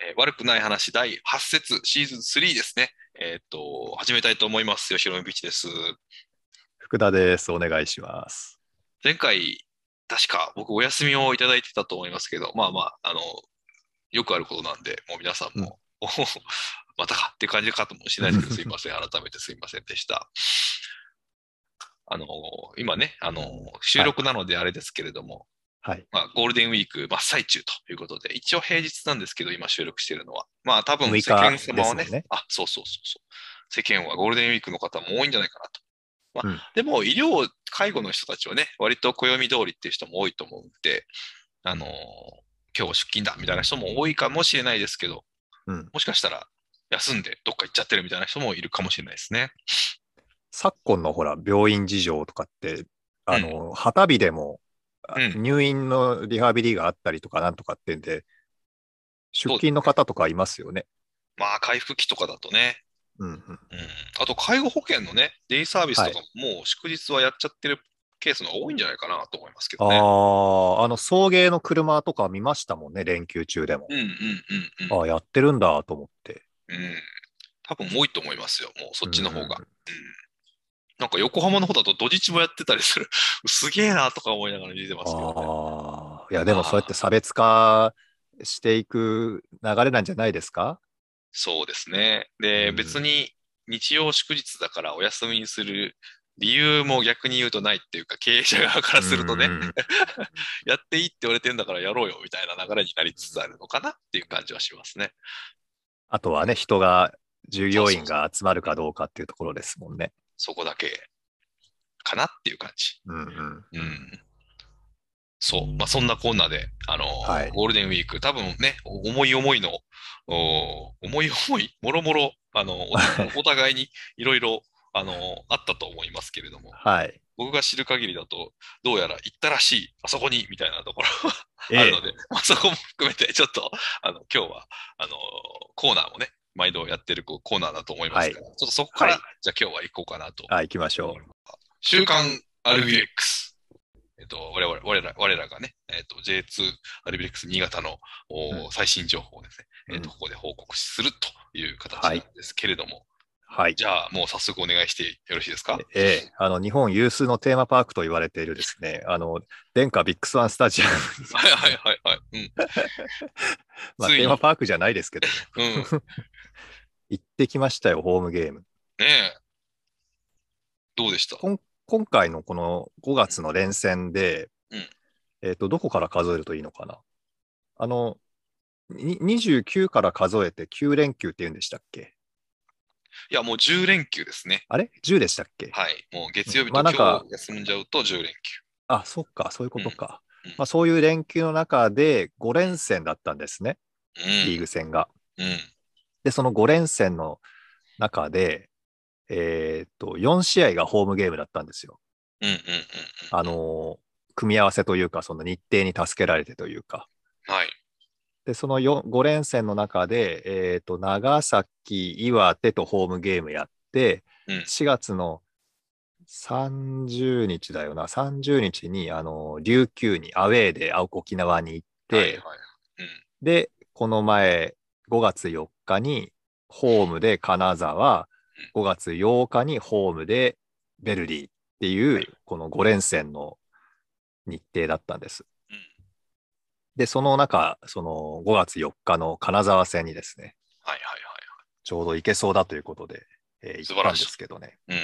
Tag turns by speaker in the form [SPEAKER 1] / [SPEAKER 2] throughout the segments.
[SPEAKER 1] えー悪くない話第8節シーズン3ですね。えーっと、始めたいと思います。吉野美チです。
[SPEAKER 2] 福田です。お願いします。
[SPEAKER 1] 前回、確か僕お休みをいただいてたと思いますけど、まあまあ、あの、よくあることなんで、もう皆さんも、お またかっていう感じかともしれないですけど、 すいません。改めてすいませんでした。あの、今ね、あの、収録なのであれですけれども、
[SPEAKER 2] はい。
[SPEAKER 1] まあ、ゴールデンウィーク真っ最中ということで、一応平日なんですけど、今収録しているのは。まあ、多分
[SPEAKER 2] 6日
[SPEAKER 1] 世間様はね、
[SPEAKER 2] ですもんね
[SPEAKER 1] あ、そうそうそうそう。世間はゴールデンウィークの方も多いんじゃないかなと。まあ
[SPEAKER 2] うん
[SPEAKER 1] でも、医療、介護の人たちはね、割と暦通りっていう人も多いと思うんで、あのー今日出勤だみたいな人も多いかもしれないですけど、
[SPEAKER 2] うん。
[SPEAKER 1] もしかしたら休んでどっか行っちゃってるみたいな人もいるかもしれないですね。
[SPEAKER 2] 昨今のほら、病院事情とかって、あの、旗日でも、あ
[SPEAKER 1] う
[SPEAKER 2] 入院のリハビリがあったりとか、なんとかってんで、出勤の方とかいますよね。
[SPEAKER 1] まあ、回復期とかだとね、
[SPEAKER 2] うんうん。
[SPEAKER 1] うんあと、介護保険のね、デイサービスとかも、もう祝日はやっちゃってるケースの方が多いんじゃないかなと思いますけ
[SPEAKER 2] あ
[SPEAKER 1] どね。
[SPEAKER 2] あ、あの、送迎の車とか見ましたもんね、連休中でも
[SPEAKER 1] う。んうんうんうん。
[SPEAKER 2] ああ、やってるんだと思って。
[SPEAKER 1] うん。多分多いと思いますよ、もうそっちの方が。
[SPEAKER 2] うん。
[SPEAKER 1] なんか横浜の方だと土日もやってたりする。 すげえなとか思いながら見てますけどね。
[SPEAKER 2] ああ、いや、でもそうやって差別化していく流れなんじゃないですか
[SPEAKER 1] そうですね。で、
[SPEAKER 2] うん
[SPEAKER 1] 別に日曜祝日だからお休みにする理由も逆に言うとないっていうか、経営者側からするとね、
[SPEAKER 2] うんうんうん
[SPEAKER 1] やっていいって言われてんだからやろうよみたいな流れになりつつあるのかなっていう感じはしますね。
[SPEAKER 2] あとはね、人が、従業員
[SPEAKER 1] そうそう
[SPEAKER 2] が集まるかどうかっていうところですもんね。
[SPEAKER 1] そこだけかなっていう感じ。
[SPEAKER 2] うんうん。
[SPEAKER 1] うん。そう。まあ、そんなこんなで、あのー
[SPEAKER 2] はい
[SPEAKER 1] ゴールデンウィーク、多分ね、お思い思いの、お思い思い、もろもろ、あの、おお 互いにいろいろ、あのーあったと思いますけれども、
[SPEAKER 2] はい。
[SPEAKER 1] 僕が知る限りだと、どうやら行ったらしい、あそこに、みたいなところ
[SPEAKER 2] え
[SPEAKER 1] あるので、まあ、そこも含めて、ちょっと、あの、今日は、あの、コーナーもね、毎度やってるこうコーナーだと思いますから、ちょっとそこから、
[SPEAKER 2] はい
[SPEAKER 1] じゃあ今日は行こうかなと。
[SPEAKER 2] あ、行きましょ
[SPEAKER 1] 週刊アルビレックス。えっと、我々、我ら、我らがね、えっと、J2 アルビレックス新潟の、お
[SPEAKER 2] うん
[SPEAKER 1] 最新情報をですね、
[SPEAKER 2] う。
[SPEAKER 1] えっと、
[SPEAKER 2] うん
[SPEAKER 1] ここで報告するという形な
[SPEAKER 2] は
[SPEAKER 1] ん
[SPEAKER 2] い
[SPEAKER 1] ですけれども、
[SPEAKER 2] はい。
[SPEAKER 1] じゃあもう早速お願いしてよろしいですか
[SPEAKER 2] ええ、あの、日本有数のテーマパークと言われているですね、あの、殿下ビッグスワンスタジアム。
[SPEAKER 1] はいはいはいはい。うん。
[SPEAKER 2] まあ、
[SPEAKER 1] ついに
[SPEAKER 2] テーマパークじゃないですけど、
[SPEAKER 1] うん。ね
[SPEAKER 2] 行ってきましたよ、ホームゲーム。
[SPEAKER 1] え。どうでした
[SPEAKER 2] こ今回のこの5月の連戦で、
[SPEAKER 1] うん
[SPEAKER 2] えっ、と、どこから数えるといいのかなあの、に29から数えて9連休って言うんでしたっけ
[SPEAKER 1] いや、もう10連休ですね。
[SPEAKER 2] あれ ?10 でしたっけ
[SPEAKER 1] はい。もう月曜日と
[SPEAKER 2] ま
[SPEAKER 1] 今
[SPEAKER 2] あなんか
[SPEAKER 1] 日休んじゃうと10連休。
[SPEAKER 2] あ、そっか、そういうことか。
[SPEAKER 1] うんうん
[SPEAKER 2] まあ、そういう連休の中で5連戦だったんですね、リーグ戦が。
[SPEAKER 1] うん。うん。
[SPEAKER 2] で、その5連戦の中で、えーっと、4試合がホームゲームだったんですよ。
[SPEAKER 1] うんうんうんうん。
[SPEAKER 2] あのー組み合わせというか、その日程に助けられてというか。
[SPEAKER 1] はい。
[SPEAKER 2] で、その5連戦の中で、えーっと、長崎、岩手とホームゲームやって、
[SPEAKER 1] うん
[SPEAKER 2] 4月の30日だよな、30日に、あのー琉球にアウェーで青沖縄に行って、
[SPEAKER 1] はいはいうん。
[SPEAKER 2] で、この前、5月4日にホームで金沢、5月8日にホームでベルディってい
[SPEAKER 1] は
[SPEAKER 2] う
[SPEAKER 1] い、
[SPEAKER 2] この5連戦の日程だったんです
[SPEAKER 1] うん。
[SPEAKER 2] で、その中、その5月4日の金沢戦にですね、
[SPEAKER 1] はいはい
[SPEAKER 2] ちょうど行けそうだということで、えー
[SPEAKER 1] 素晴
[SPEAKER 2] 行ったん
[SPEAKER 1] ら
[SPEAKER 2] で
[SPEAKER 1] しい
[SPEAKER 2] すけどね。
[SPEAKER 1] はい。う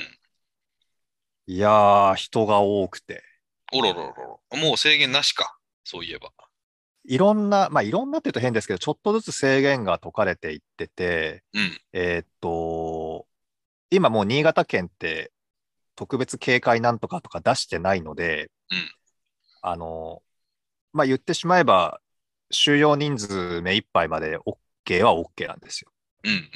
[SPEAKER 1] ん。
[SPEAKER 2] いやー、人が多くて、
[SPEAKER 1] おろろろろ。もう制限なしか。そういえば。
[SPEAKER 2] いろんな、まあいろんなって言うと変ですけど、ちょっとずつ制限が解かれていってて、
[SPEAKER 1] うん。
[SPEAKER 2] えーっと、今もう新潟県って特別警戒なんとかとか出してないので、
[SPEAKER 1] うん
[SPEAKER 2] あの、まあ、言ってしまえば、収容人数目いっぱいまで OK は OK なんですよ。
[SPEAKER 1] うんうんうん。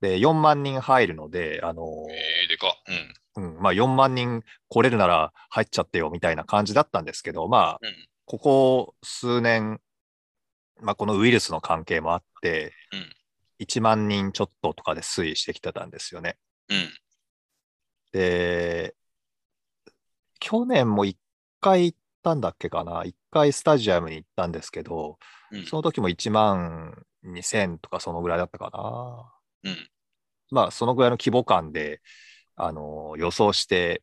[SPEAKER 2] で、4万人入るので、あの、
[SPEAKER 1] えー、でか。うん。
[SPEAKER 2] うん、まあ、4万人来れるなら入っちゃってよみたいな感じだったんですけど、まあ、
[SPEAKER 1] うん。
[SPEAKER 2] ここ数年、まあ、このウイルスの関係もあって、
[SPEAKER 1] うん
[SPEAKER 2] 1万人ちょっととかで推移してきてたんですよね。
[SPEAKER 1] うん。
[SPEAKER 2] で、去年も一回行っったんだっけかな、一回スタジアムに行ったんですけど、
[SPEAKER 1] うん
[SPEAKER 2] その時も1万2000とかそのぐらいだったか
[SPEAKER 1] う
[SPEAKER 2] な。
[SPEAKER 1] ん
[SPEAKER 2] まあ、そのぐらいの規模感で、あの予想して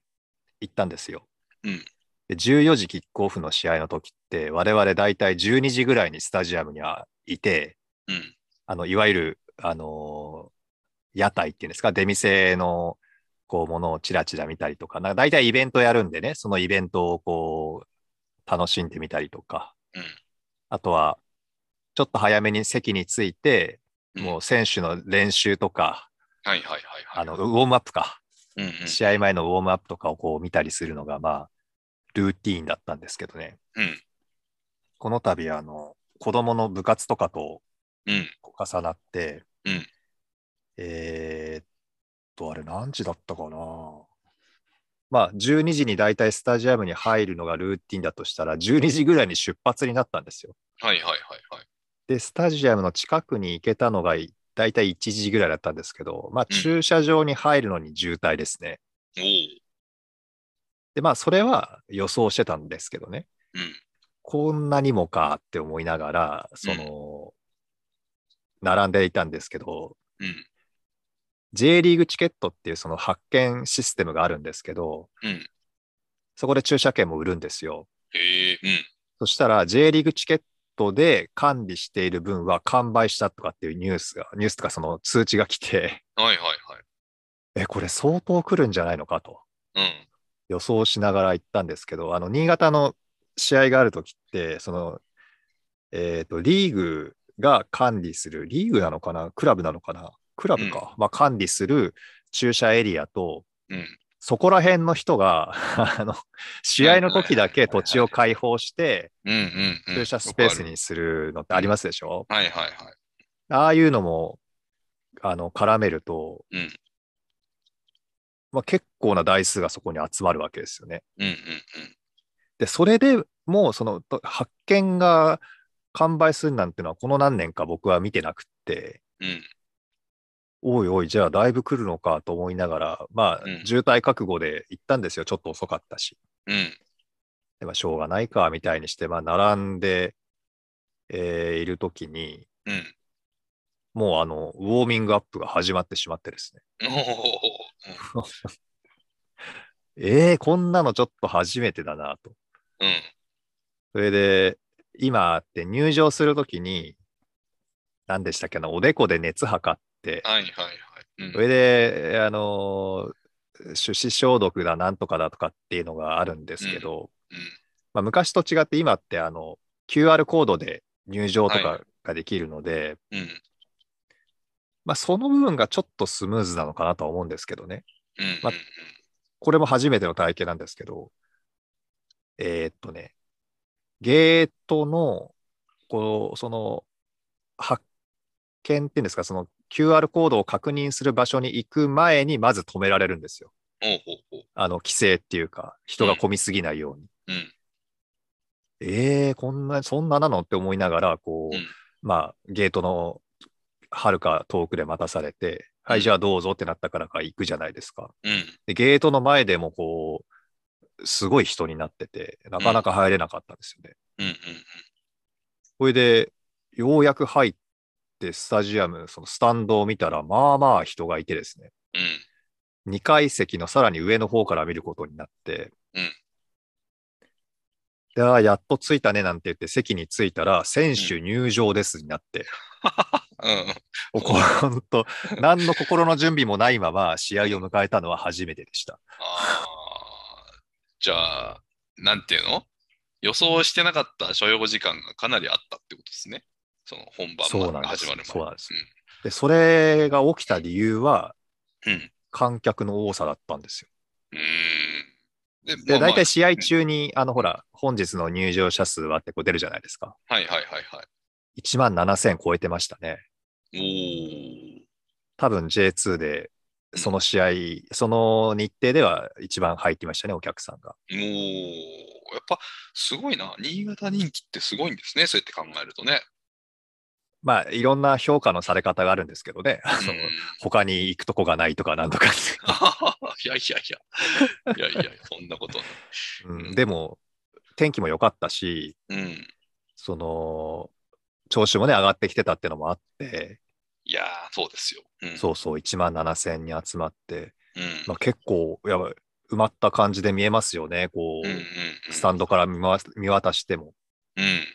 [SPEAKER 2] 行ったんですよ。
[SPEAKER 1] うん
[SPEAKER 2] で14時キックオフの試合の時って、我々大体12時ぐらいにスタジアムにはいて、
[SPEAKER 1] うん
[SPEAKER 2] あのいわゆる、あの屋台っていうんですか、出店のこうものをちらちら見たりとか、なんか大体イベントやるんでね、そのイベントをこう楽しんでみたりとか、
[SPEAKER 1] うん
[SPEAKER 2] あとはちょっと早めに席に着い
[SPEAKER 1] う
[SPEAKER 2] て、
[SPEAKER 1] ん
[SPEAKER 2] もう選手の練習とか、
[SPEAKER 1] はいはいはいはい。
[SPEAKER 2] あのウォームアップか、
[SPEAKER 1] うんうん、
[SPEAKER 2] 試合前のウォームアップとかをこう見たりするのが、まあ、ルーティーンだったんですけどね、
[SPEAKER 1] うん
[SPEAKER 2] この度あの子供の部活とかと
[SPEAKER 1] うん、
[SPEAKER 2] こう重なって、
[SPEAKER 1] うん
[SPEAKER 2] えーっと、あれ何時だったかなまあ、12時に大体スタジアムに入るのがルーティンだとしたら、12時ぐらいに出発になったんですよ。
[SPEAKER 1] はいはいはいはい。
[SPEAKER 2] で、スタジアムの近くに行けたのが大体1時ぐらいだったんですけど、まあ、
[SPEAKER 1] うん
[SPEAKER 2] 駐車場に入るのに渋滞ですね。
[SPEAKER 1] お
[SPEAKER 2] で、まあ、それは予想してたんですけどね。
[SPEAKER 1] お、うん、
[SPEAKER 2] こんなにもかって思いながら、その、並んでいたんですけど、
[SPEAKER 1] うん、
[SPEAKER 2] J リーグチケットっていうその発券システムがあるんですけど、
[SPEAKER 1] うん
[SPEAKER 2] そこで駐車券も売るんですよ。
[SPEAKER 1] へえ、うん、
[SPEAKER 2] そしたら J リーグチケットで管理している分は完売したとかっていうニュースが、ニュースとかその通知が来て、
[SPEAKER 1] はいはいはい。
[SPEAKER 2] え、これ相当来るんじゃないのかと
[SPEAKER 1] うん、
[SPEAKER 2] 予想しながら行ったんですけど、あの、新潟の試合があるときって、その、えっ、と、リーグが管理する、リーグなのかなクラブなのかなクラブか。まあ、管理する駐車エリアと、
[SPEAKER 1] うん、
[SPEAKER 2] そこら辺の人が、 あの、試合の時だけ土地を開放して、
[SPEAKER 1] うん、うん、うん。
[SPEAKER 2] 駐車スペース
[SPEAKER 1] よ
[SPEAKER 2] にするのってありますでしょ
[SPEAKER 1] くある。はいはいはい。
[SPEAKER 2] ああいうのも、あの、絡めると、
[SPEAKER 1] うん
[SPEAKER 2] まあ、結構な台数がそこに集まるわけですよね。
[SPEAKER 1] うん、うん、
[SPEAKER 2] で、それでもう、その、と発見が完売するなんてのは、この何年か僕は見てなくって、
[SPEAKER 1] うん、うん。
[SPEAKER 2] おいおい、じゃあだいぶ来るのかと思いながら、まあ
[SPEAKER 1] う、ん
[SPEAKER 2] 渋滞覚悟で行ったんですよ。ちょっと遅かったし。
[SPEAKER 1] うん、
[SPEAKER 2] でまあ、しょうがないか、みたいにして、まあ、並んで、えーいるときに、
[SPEAKER 1] うん。
[SPEAKER 2] もう、あの、ウォーミングアップが始まってしまってですね。
[SPEAKER 1] おお、
[SPEAKER 2] えー、こんなのちょっと初めてだな、と。
[SPEAKER 1] うん、うん。
[SPEAKER 2] それで、今って入場するときに、何でしたっけな、おでこで熱測って、
[SPEAKER 1] はいはいはい。うん
[SPEAKER 2] それで、あのー手指消毒だ、なんとかだとかっていうのがあるんですけど、まあ、昔と違って今って、あの、QR コードで入場と
[SPEAKER 1] は
[SPEAKER 2] かができるので、
[SPEAKER 1] うん、うん、
[SPEAKER 2] まあ、その部分がちょっとスムーズなのかなとは思うんですけどね。
[SPEAKER 1] うん。
[SPEAKER 2] まこれも初めての体験なんですけど、えーっとね、ゲートの、こう、その、発見っていうんですか、その QR コードを確認する場所に行く前に、まず止められるんですよ。
[SPEAKER 1] おうおうおう。
[SPEAKER 2] あの、規制っていうか、人が混みすぎないように。
[SPEAKER 1] うん、
[SPEAKER 2] えー、こんな、そんななのって思いながら、こう、
[SPEAKER 1] うん
[SPEAKER 2] まあ、ゲートの、はるか遠くで待たされて、はい、じゃあどうぞってなったからか行くじゃないですか。
[SPEAKER 1] うん、
[SPEAKER 2] で、ゲートの前でもこう、すごい人になってて、なかなか入れなかったんですよね。
[SPEAKER 1] うん、うん。
[SPEAKER 2] これで、ようやく入って、スタジアム、そのスタンドを見たら、まあまあ人がいてですね、
[SPEAKER 1] うん、
[SPEAKER 2] 2階席のさらに上の方から見ることになって、
[SPEAKER 1] うん
[SPEAKER 2] で、あーやっと着いたねなんて言って席に着いたら、選手入場ですになって、
[SPEAKER 1] うん。
[SPEAKER 2] おこほんと、何の心の準備もないまま試合を迎えたのは初めてでした。
[SPEAKER 1] あーじゃあ、なんていうの予想してなかった所要時間がかなりあったってことですね。その本
[SPEAKER 2] そう
[SPEAKER 1] 番
[SPEAKER 2] なん
[SPEAKER 1] が
[SPEAKER 2] です
[SPEAKER 1] 始まる前。
[SPEAKER 2] そうなんですで、それが起きた理由は、
[SPEAKER 1] うん。うん
[SPEAKER 2] 観客の多さだったんですよ。
[SPEAKER 1] うーん。で、
[SPEAKER 2] で、
[SPEAKER 1] まあまあ
[SPEAKER 2] 大体試合中に、あの、ほら、本日の入場者数はってこう出るじゃないですか。
[SPEAKER 1] はいはいはいはい。
[SPEAKER 2] 1万7000超えてましたね。
[SPEAKER 1] おー
[SPEAKER 2] 多分 J2 で、その試合、その日程では一番入ってましたね、お客さんが。
[SPEAKER 1] おーやっぱすごいな。新潟人気ってすごいんですね。そうやって考えるとね。
[SPEAKER 2] まあ、いろんな評価のされ方があるんですけどね。あの
[SPEAKER 1] うん
[SPEAKER 2] 他に行くとこがないとかなんとか、
[SPEAKER 1] いやいやいや。いやいや、そんなことない。
[SPEAKER 2] う
[SPEAKER 1] うん
[SPEAKER 2] ん。でも、天気も良かったし、
[SPEAKER 1] うん。
[SPEAKER 2] その、調子もね、上がってきてたってのもあって、
[SPEAKER 1] いやー、そうですよ。うん。
[SPEAKER 2] そうそう、1万7000人集まって、
[SPEAKER 1] うん。
[SPEAKER 2] まあ、結構、やばい、埋まった感じで見えますよね、こ
[SPEAKER 1] うんうんうん
[SPEAKER 2] う、スタンドから見わ見渡しても。
[SPEAKER 1] うん。